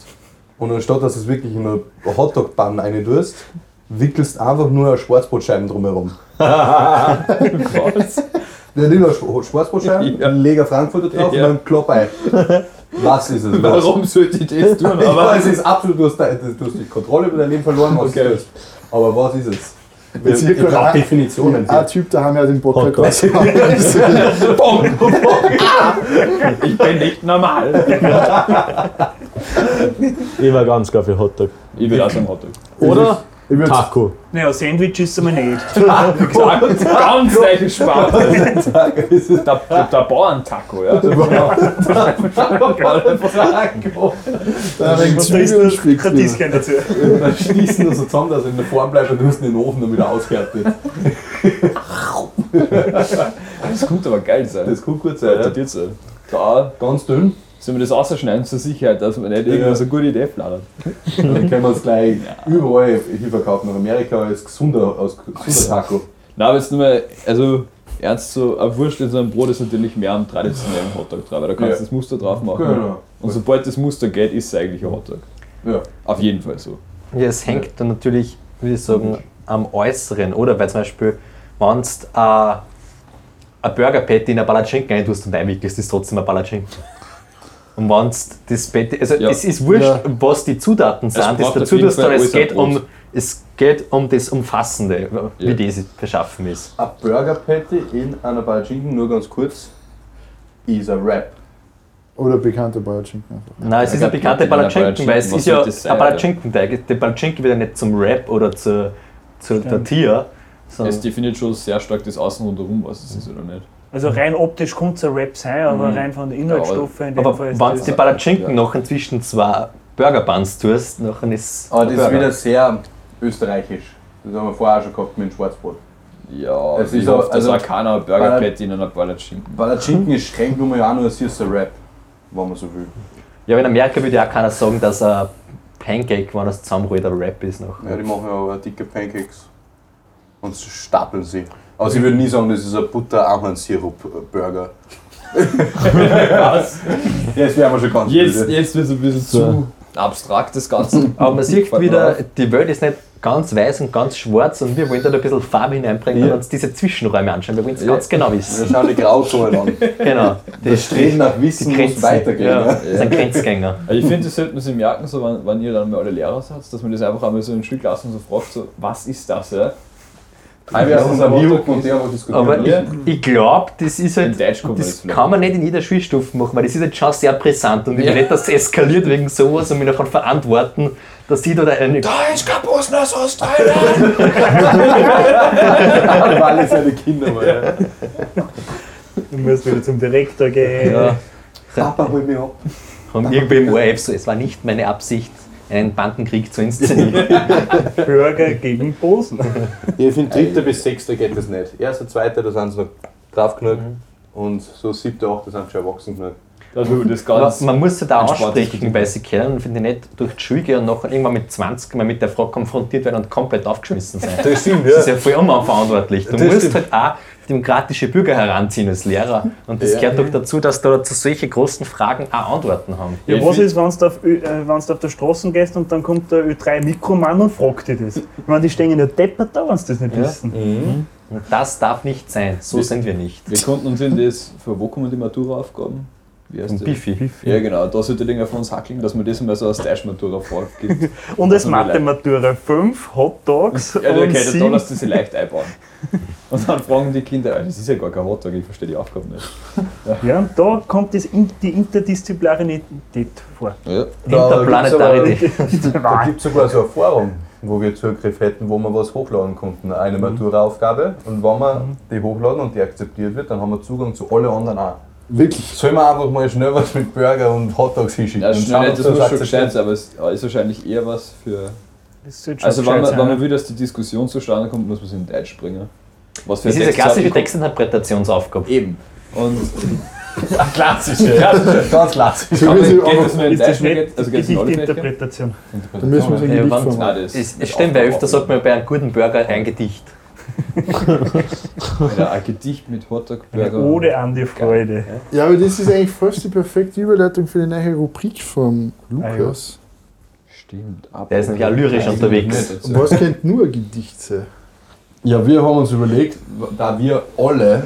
und anstatt dass du es wirklich in eine Hotdog-Bann rein tust, wickelst einfach nur eine Schwarzbrotscheiben drumherum.
Was?
Der nimmt eine Sch- Schwarzbrotscheiben,
Ja.
leg eine Frankfurter drauf
Ja.
und dann klopp ein. Was ist es? Was?
Warum sollte ich das tun?
Ich
Aber
weiß, es ist absolut, du hast, de- du hast die Kontrolle über dein Leben verloren, was
Okay.
du tust. Aber was ist es? Ah. Wir,
Jetzt wird
ich brauche
gerade-
Definitionen.
Ein Ah, Typ, da haben wir den Podcast rausgehauen.
ich bin nicht normal.
Ich war ganz klar für Hotdog.
Ich will auch so einen Hotdog.
Oder
Ich würd's-
Taco.
Naja, Sandwich ist aber nicht.
Ganz, ganz gleiche Sparte. Der, der, der Bauern-Taco, ja. Der Bauern-Taco.
Da wegen
Da ist
Zwiebeln
ein
schmeckt's nicht.
Radieschen dazu.
Dann schließen das so zusammen, dass er in der Form bleibt und du musst ihn in den Ofen dann wieder aushärtet.
Das könnte aber geil sein.
Das kann gut sein, ja.
Das jetzt, ey. Da
Ganz dünn.
halt. sollen wir das rausschneiden zur Sicherheit, dass wir nicht irgendwas eine gute Idee planen.
Dann können wir es gleich überall hinverkaufen. Nach Amerika als gesunder, als gesunder Taco.
Nein, aber jetzt nur mal, also ernst so, eine Wurst in so einem Brot ist natürlich mehr am traditionellen Hotdog drauf, weil da kannst du
Ja.
das Muster drauf machen.
Genau.
Und sobald das Muster geht, ist es eigentlich ein Hotdog.
Ja.
Auf jeden Fall so.
Ja, es hängt dann natürlich, würde ich sagen, am Äußeren, oder? Weil zum Beispiel, wenn du äh, ein Burger Patty in ein Palatschinken reintust und einwickelst, ist trotzdem ein Palatschinken. Und wenn du das Patty, also
Ja.
es ist wurscht,
Ja.
was die Zutaten sind, das
braucht auf
dazu
jeden
tust,
Fall
sondern es
alles ein
geht, um,
Brot.
es geht um das Umfassende,
Ja. Ah,
wie das beschaffen ist.
Ein Burger Patty in einer Palatschinken, nur ganz kurz, ist ein Wrap.
Oder bekannter Bayerschinken einfach.
Nein, es
Ja,
ist eine
Patty
bekannte
in einer
Palatschinken, weil es ist
Palatschinken, was
ja
soll das sein,
ein Palatschinkenteig. Der Palatschinken wird ja nicht zum Wrap oder zu, zu der Tier, sondern
Es definiert schon sehr stark das Außen rundherum, was es ist oder nicht.
Also rein optisch könnte es ein Rap sein, aber
Mhm.
rein von der Inhaltsstoffe in dem
Aber
Fall
wenn
ist
du
das
die Palatschinken
Ja.
noch inzwischen zwei Burger Buns tust, noch ist
Aber das ist
Burger.
wieder sehr österreichisch. Das haben wir vorher auch schon gehabt mit dem Schwarzbrot.
Ja,
Es
es ich
ist
hoffe,
auch-
dass
also-
auch keiner ein Burger Patty in einer Palatschinken.
Palatschinken ist streng genommen ja auch nur ein süßer Wrap, wenn man so will.
Ja, in Amerika würde ja auch keiner sagen, dass ein Pancake, wenn das zusammenrollt, ein Wrap ist noch.
Ja, die machen ja aber dicke Pancakes. Und sie stapeln sie. Aber ich würde nie sagen, das ist ein äh, Butter-Ahornsirup-Burger.
Was?
Jetzt wären wir schon ganz
Jetzt,
müde.
jetzt wird es ein bisschen
So.
zu abstrakt, das Ganze.
Aber man sieht
Fällt mir
wieder,
auf.
die Welt ist nicht ganz weiß und ganz schwarz und wir wollen da ein bisschen Farbe hineinbringen und uns diese Zwischenräume anschauen. Wir wollen es
Ja.
ganz genau
Wir
wissen.
schauen die Grauzonen an.
Genau.
Das Streben nach Wissen muss weitergehen.
Ja,
Ja.
Das ist ein Grenzgänger.
Also ich finde, das sollte man sich merken, so, wenn, wenn ihr dann mal alle Lehrer seid, dass man das einfach einmal so in Schulklassen so fragt, so, was ist das, ja?
Wir haben uns am
Hotdog
Haupt und der, wo diskutieren.
Aber ich,
Ja.
ich glaube, das ist
In
halt.
Deutsch kommt man
Das
jetzt vielleicht.
kann man nicht in jeder Schulstufe machen, weil das ist jetzt schon sehr brisant und ich will nicht, dass es eskaliert wegen sowas und mich nachher verantworten, dass ich da eine.
Deutsch Kapusner aus Thailand!
Alle alle seine Kinder. Aber, ja.
Du musst wieder zum Direktor gehen.
Ja,
Papa, hol mich ab.
haben irgendwie im ORF so, es war nicht meine Absicht, einen Bandenkrieg zu inszenieren.
Burger gegen Bosen.
Ich finde, dritter bis sechster geht das nicht. Erster, zweiter, da sind sie noch drauf genug.
Mhm.
Und so siebter, achter sind sie schon erwachsen genug.
Also das
Aber
ganz
man muss sie da
ein Sport
aussprechen, weil sie können, finde ich, nicht durch die Schule gehen und nachher irgendwann mit 20 mal mit der Frage konfrontiert werden und komplett aufgeschmissen sein.
Das stimmt,
Das ist ja voll unverantwortlich. Du
Das
musst
stimmt.
halt auch demokratische Bürger heranziehen als Lehrer. Und das
Ja.
gehört doch dazu, dass da zu solchen großen Fragen auch Antworten haben.
Ja,
Ich
was
find-
ist, wenn du auf, Ö- äh, wenn's auf der Straße gehst und dann kommt der Ö3-Mikromann und fragt dich das? Ich meine, die stehen ja deppert da, wenn sie das nicht wissen.
Und Mhm. das darf nicht sein. So
Wir-
sind wir nicht.
Wir konnten uns in das, für wo kommen die Matura-Aufgaben? Wie heißt
Und
das?
Bifi.
Ja genau, da sollte irgendwer von uns hackeln, dass man das mal so als Deutsch-Matura vorgibt.
Und als
Tut mir leid.
Mathematura 5 Hot Dogs
Ja,
und
okay, da
sieben
lässt du sie leicht einbauen. Und dann fragen die Kinder, "Ah, das ist ja gar kein Hotdog, ich verstehe die Aufgabe nicht.
Ja, und da kommt das in, die Interdisziplinarität vor.
Ja. Ah,
Interplanetarität.
Da gibt es sogar so ein Forum, wo wir Zugriff hätten, wo wir was hochladen konnten. Eine
Mhm.
Matura-Aufgabe. Und wenn wir die hochladen und die akzeptiert wird, dann haben wir Zugang zu allen anderen auch.
Wirklich.
Sollen wir einfach mal schnell was mit Burger und Hotdogs hinschicken?
Ja,
Und
schnell
schauen,
nicht,
ob
das muss schon
akzeptiert.
gescheit sein, aber es ist wahrscheinlich eher was für.
Das sollte schon
Also, wenn
gescheit
man,
sein,
wenn
ne?
man will, dass die Diskussion zustande kommt, muss man es in Deutsch bringen. Was für
Das ist eine
Text
klassische
hat-
Textinterpretationsaufgabe.
Eben. Und
Ah, Klassische.
Ganz klassisch.
So
kann
wie
man,
sie
geht
auch
das nur in
Ist das
Deutsch?
nicht
geht- Also,
also
geht es in alle Fächer?
Gedichtinterpretation?
Da müssen wir so ein
Ja,
Gedicht
wann-
formen.
Nein, das
Es, es stimmt, bei öfter sagt man bei einem guten Burger ein Gedicht.
Alter, ein Gedicht mit Hotdog-Burger.
Ode an die Freude.
Ja, aber das ist eigentlich fast die perfekte Überleitung für die neue Rubrik von
Ah,
Lukas.
Stimmt.
Der ist nämlich auch lyrisch unterwegs.
Und was könnte nur ein Gedicht sein?
Ja, wir haben uns überlegt, da wir alle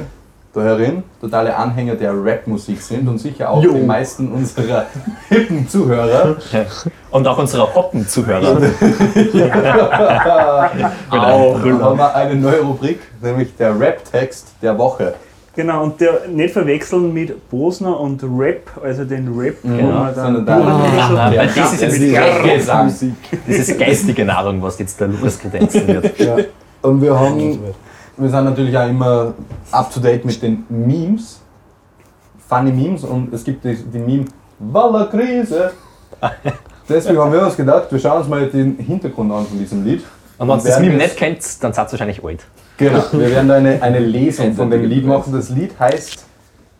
da herin totale Anhänger der Rap-Musik sind und sicher auch
Jo.
die meisten unserer hippen Zuhörer,
Und auch unsere Hoppen-Zuhörer.
Genau.
auch, haben wir eine neue Rubrik, nämlich der Rap-Text der Woche.
Genau, und der nicht verwechseln mit Bosner und Rap, also den Rap, wo
Genau,
man dann
sondern da-
durch-
Ah, weil das ist jetzt geistige,
Gesang.
das ist geistige Nahrung, was jetzt der Lukas kredenzen wird.
Ja. Und wir haben, wir sind natürlich auch immer up to date mit den Memes, funny Memes und es gibt die, die Meme Walla Krise. Deswegen haben wir uns gedacht, wir schauen uns mal den Hintergrund an von diesem Lied.
Und wenn ihr das Meme nicht kennt, dann seid ihr wahrscheinlich alt.
Genau, wir werden da eine, eine Lesung von dem Lied machen. Das Lied heißt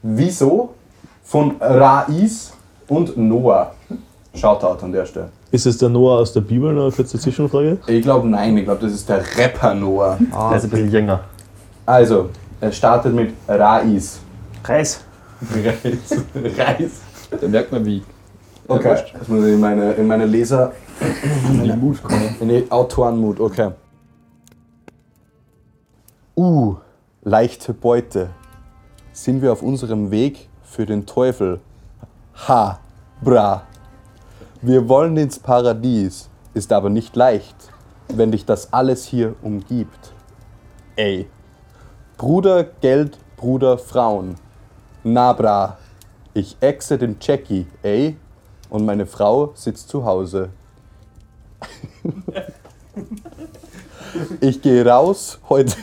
Wieso von Raiz und Noah. Shoutout an der Stelle.
Ist es der Noah aus der Bibel? Noch eine kurze Zwischenfrage.
Ich glaube, nein, ich glaube, das ist der Rapper Noah.
Der ist ein bisschen jünger.
Also, er startet mit Raiz.
Reis.
Reis. Reis.
Da merkt man, wie.
Okay. Das muss ich in meine, in meine Leser. In den Autorenmut, okay. Uh, leichte Beute. Sind wir auf unserem Weg für den Teufel? Ha, bra. Wir wollen ins Paradies, ist aber nicht leicht, wenn dich das alles hier umgibt. Ey. Bruder, Geld, Bruder, Frauen. Na, bra. Ich exe den Jackie, ey, und meine Frau sitzt zu Hause. ich gehe raus heute,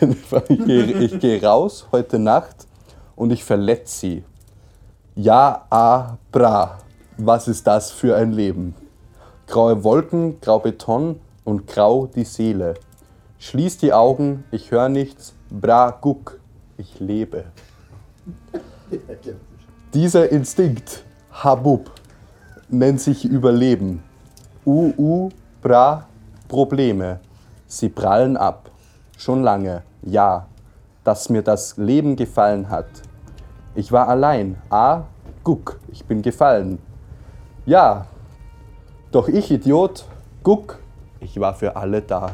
ich gehe, ich gehe raus heute Nacht und ich verletze sie. Ja, ah, bra. Was ist das für ein Leben? Graue Wolken, grau Beton und grau die Seele. Schließ die Augen, ich höre nichts. Bra, guck, ich lebe. Dieser Instinkt, Habub, nennt sich Überleben. UU, bra, Probleme. Sie prallen ab. Schon lange, ja, dass mir das Leben gefallen hat. Ich war allein. Ah, guck, ich bin gefallen. Ja, doch ich Idiot, guck, ich war für alle da.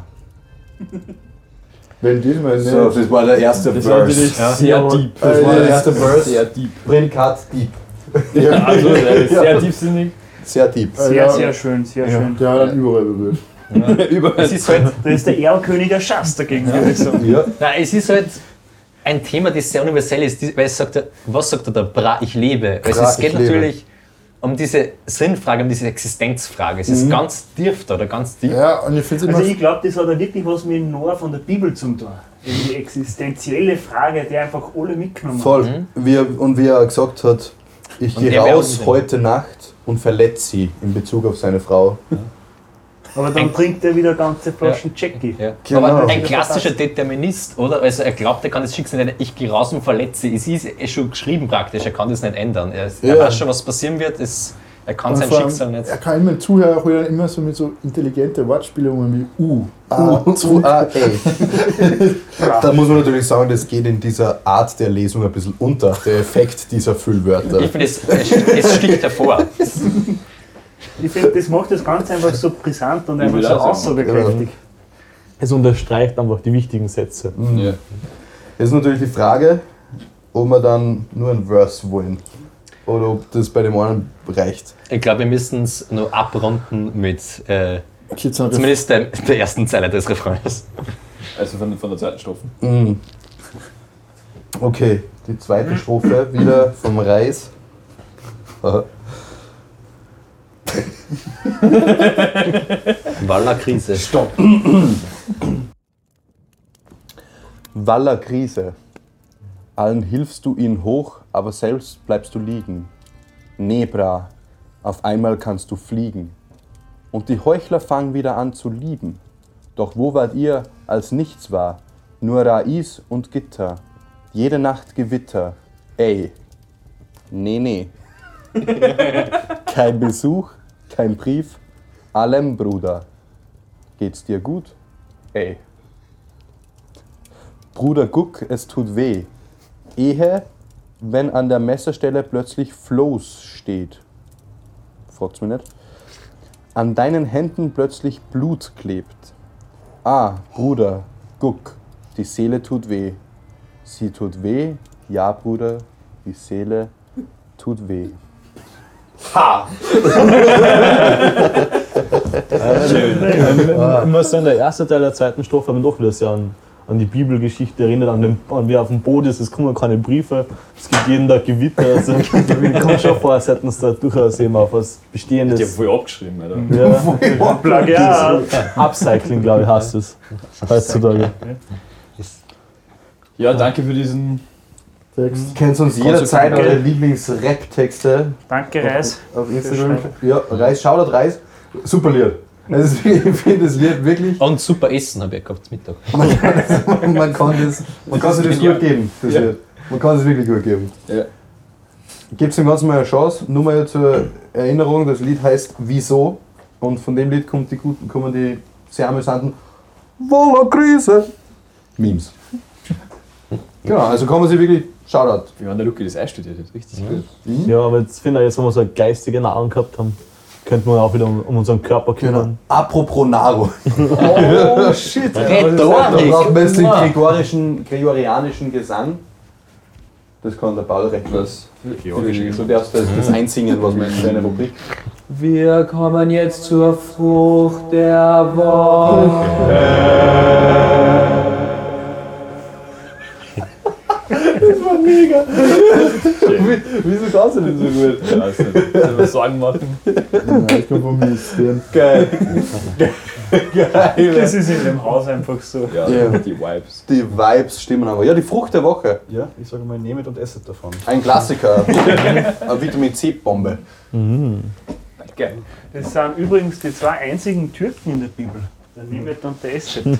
Wenn diesmal nicht.
das war der erste
Das war wirklich sehr deep.
Das war der erste
Sehr
Verse.
deep.
Prädikat deep.
Ah,
Also, der ist sehr tiefsinnig.
Sehr deep.
Sehr,
Ja.
sehr schön, sehr schön.
Der hat dann überall berührt.
Es ist halt,
Da ist der Erlkönig der Schaß dagegen, würde ich sagen.
nein, es ist halt ein Thema, das sehr universell ist, die- weil es sagt, was sagt er da? Bra, ich lebe. Also
Bra,
es
ich
geht
lebe.
natürlich um diese Sinnfrage, um diese Existenzfrage. Es ist ganz tief da, oder ganz tief.
Ja, und ich finde es
Also
immer.
ich glaube, das hat da wirklich was mit dem Noah von der Bibel zu tun. Die existenzielle Frage, die einfach alle mitgenommen
Voll. Wie er, und wie er gesagt hat, ich
Und
gehe
er wär
raus
Unsinn.
heute Nacht und verletze sie in Bezug auf seine Frau.
Aber dann trinkt er wieder ganze Flaschen Jackie.
Ja.
Genau.
Aber ein klassischer Determinist, oder? Also er glaubt, er kann das Schicksal nicht, ich gehe raus und verletze. Es ist eh schon geschrieben praktisch, er kann das nicht ändern. Er, er
Ja.
weiß schon, was passieren wird, es, er kann
Und
sein
vor allem,
Schicksal nicht.
Er kann immer Zuhörer holen, immer so mit so intelligenten Wortspielungen wie U.
Ah, zu- ah, ey. da muss man natürlich sagen, das geht in dieser Art der Lesung ein bisschen unter, der Effekt dieser Füllwörter.
Ich finde, es, es es sticht hervor.
Ich finde, das macht das Ganze einfach so brisant und einfach
will
so
auch sagen.
aussagekräftig.
Es unterstreicht einfach die wichtigen Sätze.
Mhm.
Ja.
Jetzt ist natürlich die Frage, ob wir dann nur ein Verse wollen oder ob das bei dem einen reicht.
Ich glaube, wir müssen es nur abrunden mit äh,
Kids haben
zumindest der, der ersten Zeile des Refrains.
Also von, von der zweiten Strophe.
Mm. Okay, die zweite Strophe wieder vom Reis.
Walla Krise. Stopp.
Walla Krise. Allen hilfst du ihnen hoch, aber selbst bleibst du liegen. Nebra, auf einmal kannst du fliegen. Und die Heuchler fangen wieder an zu lieben. Doch wo wart ihr, als nichts war? Nur Rais und Gitter. Jede Nacht Gewitter. Ey. Nee, nee. kein Besuch, kein Brief. Allem, Bruder. Geht's dir gut? Ey. Bruder Guck, es tut weh. Ehe, wenn an der Messerstelle plötzlich Floß steht. Fragt's mir nicht. An deinen Händen plötzlich Blut klebt. Ah, Bruder, guck, die Seele tut weh. Sie tut weh, ja, Bruder, die Seele tut weh.
Ich muss sagen, der erste Teil der zweiten Strophe hat mich doch wieder sehr an, an die Bibelgeschichte erinnert, an, den, an wer auf dem Boot ist, es kommen keine Briefe, es gibt jeden Tag Gewitter. Also, ich komme schon vor, als hätten sie da durchaus eben auf was
Die
Bestehendes.
haben voll abgeschrieben, Alter.
Mhm.
Ja,
Plagiat!
Upcycling, glaube ich, heißt es heutzutage.
Ja, danke für diesen.
Text.
Kennst uns jederzeit eure Lieblings-Rap-Texte
Danke, Reis.
auf Instagram. Ja, Reis, Shoutout Reis. Super Lied. Also ich finde das Lied wirklich,
Und super Essen habe ich gehabt zum Mittag.
man kann das, man kann das, man kann sich das gut geben, das
Ja.
Lied. Man kann es wirklich gut geben.
Ja.
Gebt dem Ganzen mal eine Chance. Nur mal zur Erinnerung, das Lied heißt Wieso und von dem Lied kommt die guten, kommen die sehr amüsanten Wolla-Krise Memes. genau, also kann man sich wirklich Shoutout.
Wie wenn der Luki das einstudiert hat. Richtig gut.
Ja, aber jetzt finde ich, jetzt, wo wir so eine geistige Nahrung gehabt haben, könnten wir auch wieder um, um unseren Körper kümmern.
Apropos Naro.
Oh shit!
Da braucht man jetzt den
Rhetorisch!
gregorischen, gregorianischen Gesang. Das kann der Paul recht was. Du darfst das, das einsingen, was man in deiner Rubrik.
Wir kommen jetzt zur Frucht der Woche.
Wieso kannst du denn so gut?
Ja, also, soll man Sorgen machen?
Nein, ich kann von mir stehen.
Geil.
Das
Geil.
ist in dem Haus einfach so.
Ja,
Ja.
die Vibes.
Die Vibes stimmen aber. Ja, die Frucht der Woche.
Ja, ich sage mal, nehmet und esset davon.
Ein Klassiker. Eine Vitamin C-Bombe.
Geil.
Das sind übrigens die zwei einzigen Türken in der Bibel. Der
Hm.
Nimit und der Esset.
Den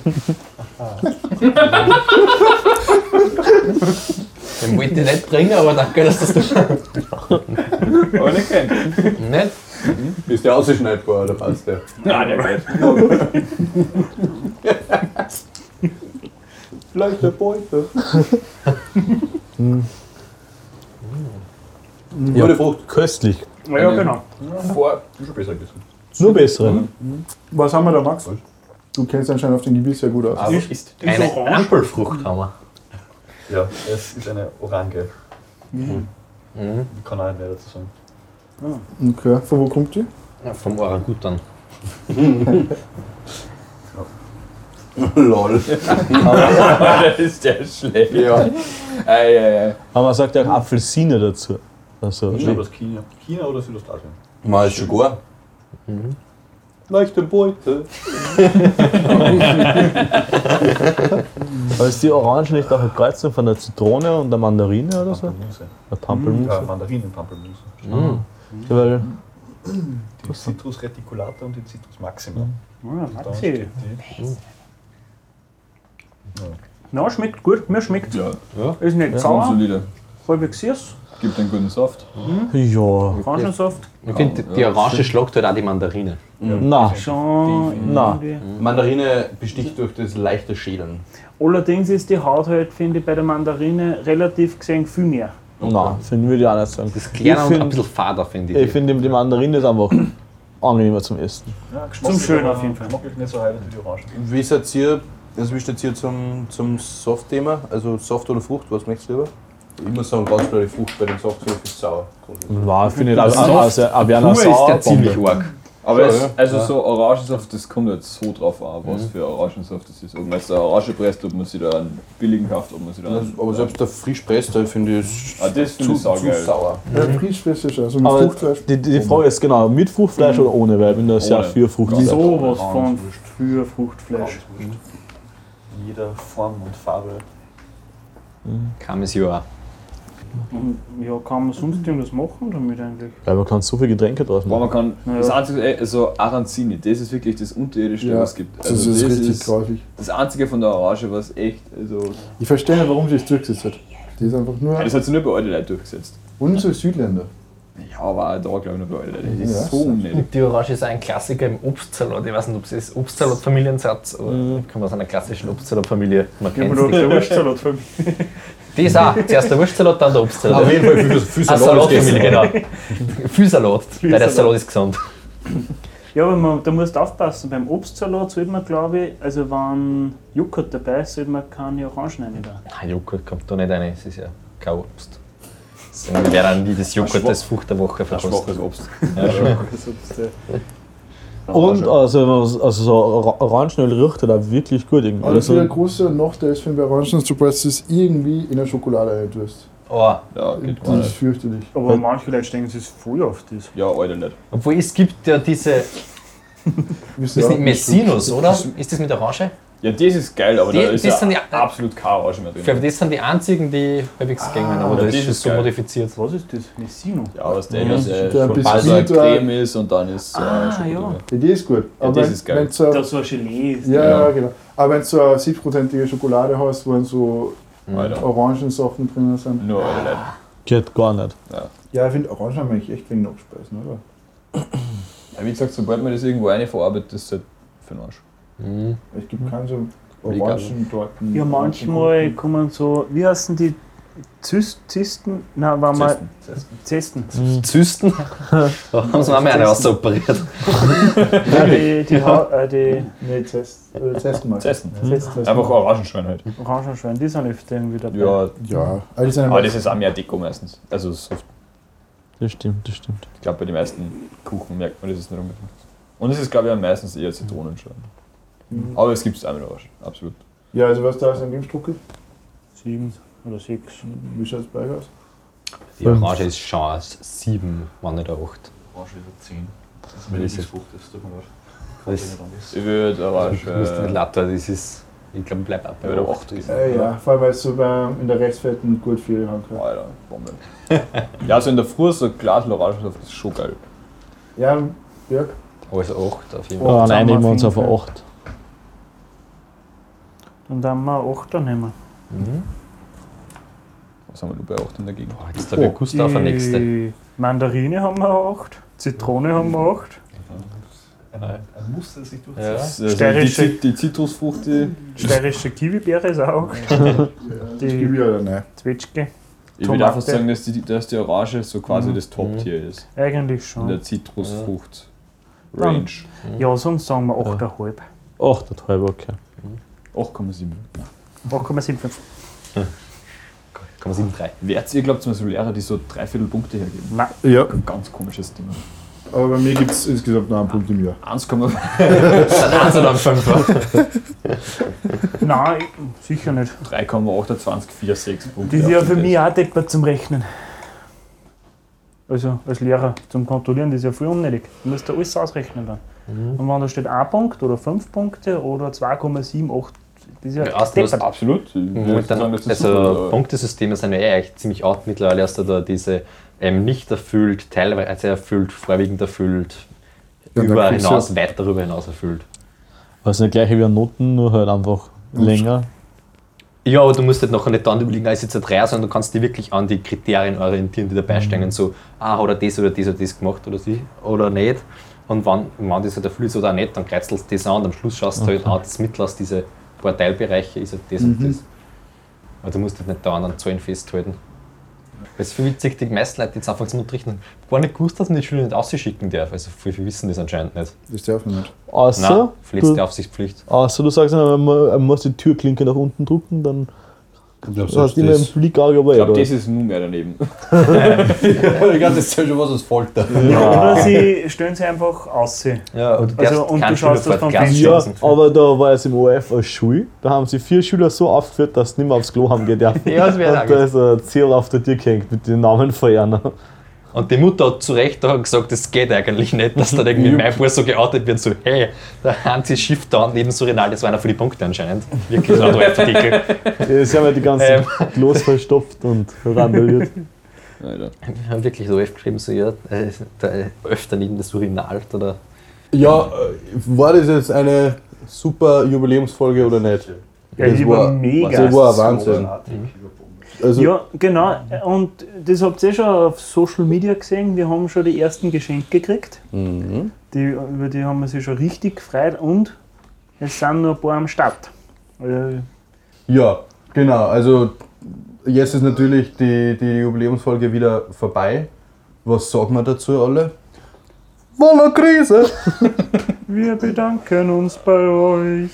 wollte ich nicht bringen, aber danke, dass das du
Aber nicht kein.
nicht.
Ist der ausgeschneidbar oder passt der?
Nein, der geht.
Vielleicht der Beute. Gute Frucht.
Köstlich.
Ja, genau.
Vor.
Nur bessere.
Was haben wir da, Max? Du kennst anscheinend auf den Gebiss sehr gut aus.
Aber ist.
Eine
Orange.
Ampelfrucht haben wir.
Ja, es ist eine Orange.
Mhm.
Ich kann auch nicht mehr dazu sagen.
Okay, von wo kommt die?
Ja, vom Orangutan.
Lol.
Alter, ist der schlecht.
Ja.
Ei, ei, ei.
Aber man sagt ja auch Apfelsine dazu. Also,
Ich glaube aus China. China oder Südostasien?
Mal Sugar. Leichte Beute.
aber ist die Orange nicht auch eine Kreuzung von der Zitrone und der Mandarine oder so?
Pampelmuse.
Der Pampelmuse.
Mhm.
Ja, Mandarinen-Pampelmuse.
Ja, weil
Die Citrus reticulata und die Citrus maxima.
Ja,
Da
Maxi.
steht die.
Na, schmeckt gut. Mir schmeckt.
Ja. Ja.
Ist nicht
Und
sauer,
solide.
halbwegs süß.
Gibt einen guten Saft.
Ja.
Orangensaft.
Ich finde, die, die Orange schlägt halt auch die Mandarine.
Na,
Schon.
Na.
irgendwie.
Mandarine besticht durch das leichte Schälen.
Allerdings ist die Haut halt, finde ich, bei der Mandarine relativ gesehen viel mehr.
na, finden wir die auch nicht sagen.
Das ist kleiner und
find-
ein bisschen fader, finde ich.
Ich finde die Mandarine ist einfach angenehmer zum Essen.
Ja, geschmacklich,
Zum Schönen
aber
auf jeden Fall.
Geschmacklich nicht so heilig wie die Orange.
Wie seid ihr, also wie steht ihr zum, zum Soft-Thema? Also Soft oder Frucht, was möchtest du lieber? Ich muss sagen, ganz klar die Frucht bei dem Soft so viel sauer.
War, finde ich, also, also, also,
Pur
Averna
ist der ziemlich arg.
Aber
So,
es,
ja. Mhm.
also so Orangensaft, das kommt jetzt so drauf an, was für Orangensaft das ist. Ob man jetzt eine Orange presst, ob man sich da einen billigen kauft, ob man sich da einen...
Aber selbst der Frischpresster finde ich
Ah, das
zu,
finde
zu
ich saugeil.
sauer.
Ja, frisch, frisch, frisch, also mit
Aber
Fruchtfleisch.
Die, die Frage ist genau, mit Fruchtfleisch oder ohne, weil wenn das ja
Ohne.
für Fruchtfleisch
So was von für Fruchtfleisch.
Jeder Form und Farbe.
Kam es ja.
Und, ja, kann man sonst irgendwas machen damit eigentlich?
Weil man kann so viele Getränke draus
Boah,
machen.
man kann.
Ja.
Das einzige, ey, also Aranzini, das ist wirklich das unterirdischste,
Ja,
was es gibt.
Das
Also
ist richtig
das,
grauslich.
das einzige von der Orange, was echt. Also,
Ich verstehe nicht, warum sie es durchgesetzt hat. Die ist einfach nur.
das hat sich nur bei alten Leuten durchgesetzt.
Und so Südländer.
Ja, aber auch da glaube ich nur bei alten Leuten. Das ist
Ja.
so unnötig.
Die Orange ist ein Klassiker im Obstsalat. Ich weiß nicht, ob es ist Obstsalat-Familiensatz, aber
Mhm.
ich komme aus einer klassischen Obstsalat-Familie. Man
Ich habe
kennt
mir
die.
der Wurstsalat für mich.
Die ist auch. Zuerst der Wurstsalat, dann der Obstsalat.
Auf jeden Fall für, für
Ah,
Salat. ist
Salatfamilie,
das.
genau. Viel Salat, weil der
Salat.
Salat ist gesund.
Ja, aber man, da musst du aufpassen. Beim Obstsalat sollte man, glaube ich, also wenn Joghurt dabei ist, sollte man keine Orangen rein da.
Nein, Joghurt kommt da nicht rein, es ist ja kein Obst. Deswegen wäre dann nie das Joghurt das Frucht der Woche
Ein schwaches
verkostet.
Obst.
Und also, wenn man so- also so Or- Orangenöl riecht er da wirklich gut irgendwie.
Aber das
Also,
ist der große Nachteil ist, wenn bei Orangen du presst es irgendwie in der Schokolade reintust.
Oh,
Ja, geht
Das ist
gar nicht.
fürchterlich.
Aber manche Leute denken, es ist voll auf das.
Ja, alte Leute.
obwohl es gibt ja diese,
Wisst
das
ihr
ist
auch nicht
nicht Messinos, oder? Ist das mit Orange?
Ja, das ist geil, aber
Die-
da ist
das
ja
sind ja-
absolut keine Orange mehr
Ich
drin.
glaube, das sind die einzigen, die halbwegs ah, gängen, aber das
ja, das
ist schon
ist
so
geil.
modifiziert.
Was ist das? Messino?
Ja, aber der ja, äh,
der
schon
Biskuit
bald so eine
war-
Creme ist und dann ist äh,
Ah,
Schokolade
ja.
drin.
so. Die Idee ist gut.
Ja,
Aber
das
wenn-
ist geil.
wenn so-
Das war Gelee. ist.
Ja,
Ja.
ja, genau. Aber wenn du so eine 7%ige Schokolade hast, wo dann so
Alter.
Orangensachen drin sind.
Nur alte Leute.
geht gar nicht.
Ja, ich finde Orangen haben eigentlich echt wegen Abspeisen, oder?
Ja, wie gesagt, sobald man das irgendwo eine verarbeitet, ist das halt für den Arsch.
Mhm.
Es gibt keine so
Vegan.
Orangentorten.
Ja, manchmal kommen so, wie heißen die? Zyst- Zysten? Nein, wenn man.
Zesten. Zesten.
Zysten. Hm.
Zysten? da haben sie mir eine rausoperiert.
Die, die, Hau- äh, die
Nee, test, äh, testen mal.
Zesten.
Test, test
Hm. Einfach
mal.
Orangenschwein halt.
Orangenschwein, die sind öfter irgendwie dabei.
Ja,
Ja, alles in
aber
einem.
das ist auch mehr Deko meistens. Also so-
Das stimmt, das stimmt.
ich glaube, bei den meisten Kuchen merkt man, das ist nicht unbedingt. Und es ist, glaube ich, auch meistens eher Zitronenschwein.
Hm.
Aber es gibt es auch mit Orangen, absolut.
Ja, also was da ist an dem Struck gibt,
Sieben oder sechs.
wie schaut es bei euch aus?
Die Orange ist schon ein 7, wenn nicht eine 8.
Orange ist eine 10. Das ist
Wie
meine
ist es?
Lieblingsfrucht, das tut mir leid.
Das-
Ich kann nicht anders.
Ich würde Orange.
Du bist nicht
Äh,
lauter, das ist. Ich glaube, bleib ab.
ich würde 8 geben.
Äh, ja, vor allem weil es so bei, in der Rechtsfetten gut viel haben kann.
Alter, Bombe. ja, also in der Früh so ein Glas Orangensaft ist schon geil.
Ja, ja.
Also 8 auf jeden Fall.
Oh,
Oh, nein,
sagen wir
nehmen wir uns
auf
auf
jeden
eine 8.
Und dann mal Achter nehmen.
Was haben wir nur bei 8 in der Gegend?
Mhm. Boah, Jetzt darf ich Gustav eine nächste.
Die Mandarine haben wir acht, Zitrone haben wir acht.
Ein, ein Muster sich durchzieht.
Ja.
Also die,
Steirische-
Zit- die Zitrusfrucht, die.
Steirische Kiwibeere ist auch acht.
Das
Die-
gebe ich oder nein?
Zwetschge.
Ich würde einfach
Tomate.
sagen, dass die, dass die Orange so
Mhm.
quasi das Top-Tier ist.
Eigentlich
In
schon.
der Zitrusfrucht. Range.
Ja, sonst sagen wir 8,5.
8,5, okay.
8,7.
8,75.
Komm, 7,3.
Wert's, ihr glaubt, zum Beispiel Lehrer, die so dreiviertel Punkte hergeben?
Nein,
Ja,
Ein ganz komisches Ding.
aber bei mir gibt es insgesamt noch einen Punkt im Jahr.
1,3
Dann haben sie also dann 5.
nein, sicher nicht.
3,2846 Punkte.
Das ist ja für mich auch denkbar zum Rechnen. Also als Lehrer zum Kontrollieren, das ist ja voll unnötig. Du musst da alles ausrechnen dann. Und wenn da steht ein Punkt oder fünf Punkte oder 2,78, das ist ja,
Ja, erst was
deppert.
Absolut. Ich
Mhm.
würde sagen,
Momentan,
dass das super
also
ist.
Punktesysteme sind ja eh eigentlich ziemlich out mittlerweile, hast du da diese ähm, nicht erfüllt, teilweise also erfüllt, vorwiegend erfüllt,
Ja, da
über
kriegst du-
hinaus, weit darüber hinaus erfüllt.
Also nicht gleich wie an Noten, nur halt einfach länger.
Ja, aber du musst halt nachher nicht da überlegen, ah, ist jetzt ein Dreier, sondern du kannst dich wirklich an die Kriterien orientieren, die dabei stehen. So, ah, hat er das oder das oder das gemacht oder sie oder nicht. Und wenn, wenn das halt erfüllt ist oder auch nicht, dann kreizelst du das an und am Schluss schaust du halt auch das Mittel aus diese paar Teilbereiche, ist halt das und das. Aber du musst halt nicht da an Zahlen festhalten. Das ist viel witzig, die meisten Leute die jetzt anfangen zum Unterrichten. Gar nicht gewusst, dass man die Schüler nicht ausschicken darf. Also viel, viel wissen das anscheinend nicht.
Das darf man nicht.
Außer,
letzte
du,
Aufsichtspflicht.
außer du sagst, man, man muss die Türklinke nach unten drücken, dann
Ich glaube,
hast du immer im Flickauge, aber
Ich
ja.
glaube, das ist nun mehr daneben.
das ist ja schon was, was folgt.
Ja, oder sie stellen sie einfach aus.
Ja, und du
Also,
darfst
und
keinen
du schaust
Schüler vor
das
die Klasse
Ja,
schubsen.
aber da war es im ORF eine Schule. Da haben sie vier Schüler so aufgeführt, dass sie nicht mehr aufs Klo haben geht. Ja,
Ja, das wär
Und
arg.
da ist ein Zähl auf der Tür gehängt mit den Namen von einer.
Und die Mutter hat zu Recht auch gesagt, das geht eigentlich nicht, dass da irgendwie mein Fuß so geoutet wird, so, hey, der Hansi Schiff da neben Surinal, das war einer für die Punkte anscheinend. Wirklich lauter Artikel.
Sie haben ja die ganze Los verstopft und randaliert.
Alter.
Wir haben wirklich so oft geschrieben, so, ja, äh, der öfter neben der Surinal oder.
Ja, äh, war das jetzt eine super Jubiläumsfolge oder nicht?
Ja,
Das
die
war-
war mega.
Das war Wahnsinn. Also,
Ja, genau. Und das habt ihr eh schon auf Social Media gesehen. Wir haben schon die ersten Geschenke gekriegt. Die, über die haben wir sich schon richtig gefreut und es sind noch ein paar am Start. Äh,
ja, genau. Also jetzt ist natürlich die, die Jubiläumsfolge wieder vorbei. Was sagt man dazu alle? Wolle Krise!
Wir bedanken uns bei euch.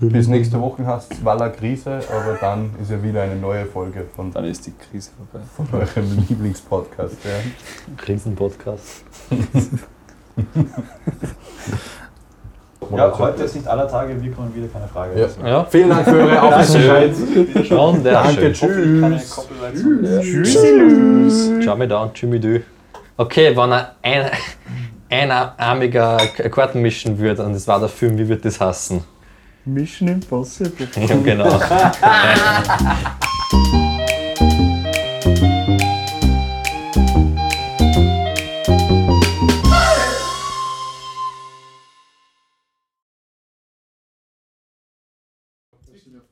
Bis nächste Woche hast es Walla Krise, aber dann ist ja wieder eine neue Folge von,
Dann ist die Krise vorbei.
von eurem Lieblingspodcast. Ja.
Krisenpodcast.
Ja, heute ist nicht aller Tage, wir kommen wieder, keine Frage.
Ja.
Ja,
Vielen Dank für eure Aufmerksamkeit.
schon, der
Danke,
Danke.
Keine
tschüss.
Copyrights.
Tschüssi.
Schau mich da an, Jimmy Dö. Okay, wenn er ein, einarmiger K- Karten mischen würde und es war der Film, wie wird das hassen?
Mission Impossible.
Ja, genau.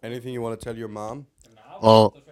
Anything you want to tell your mom?
Oh,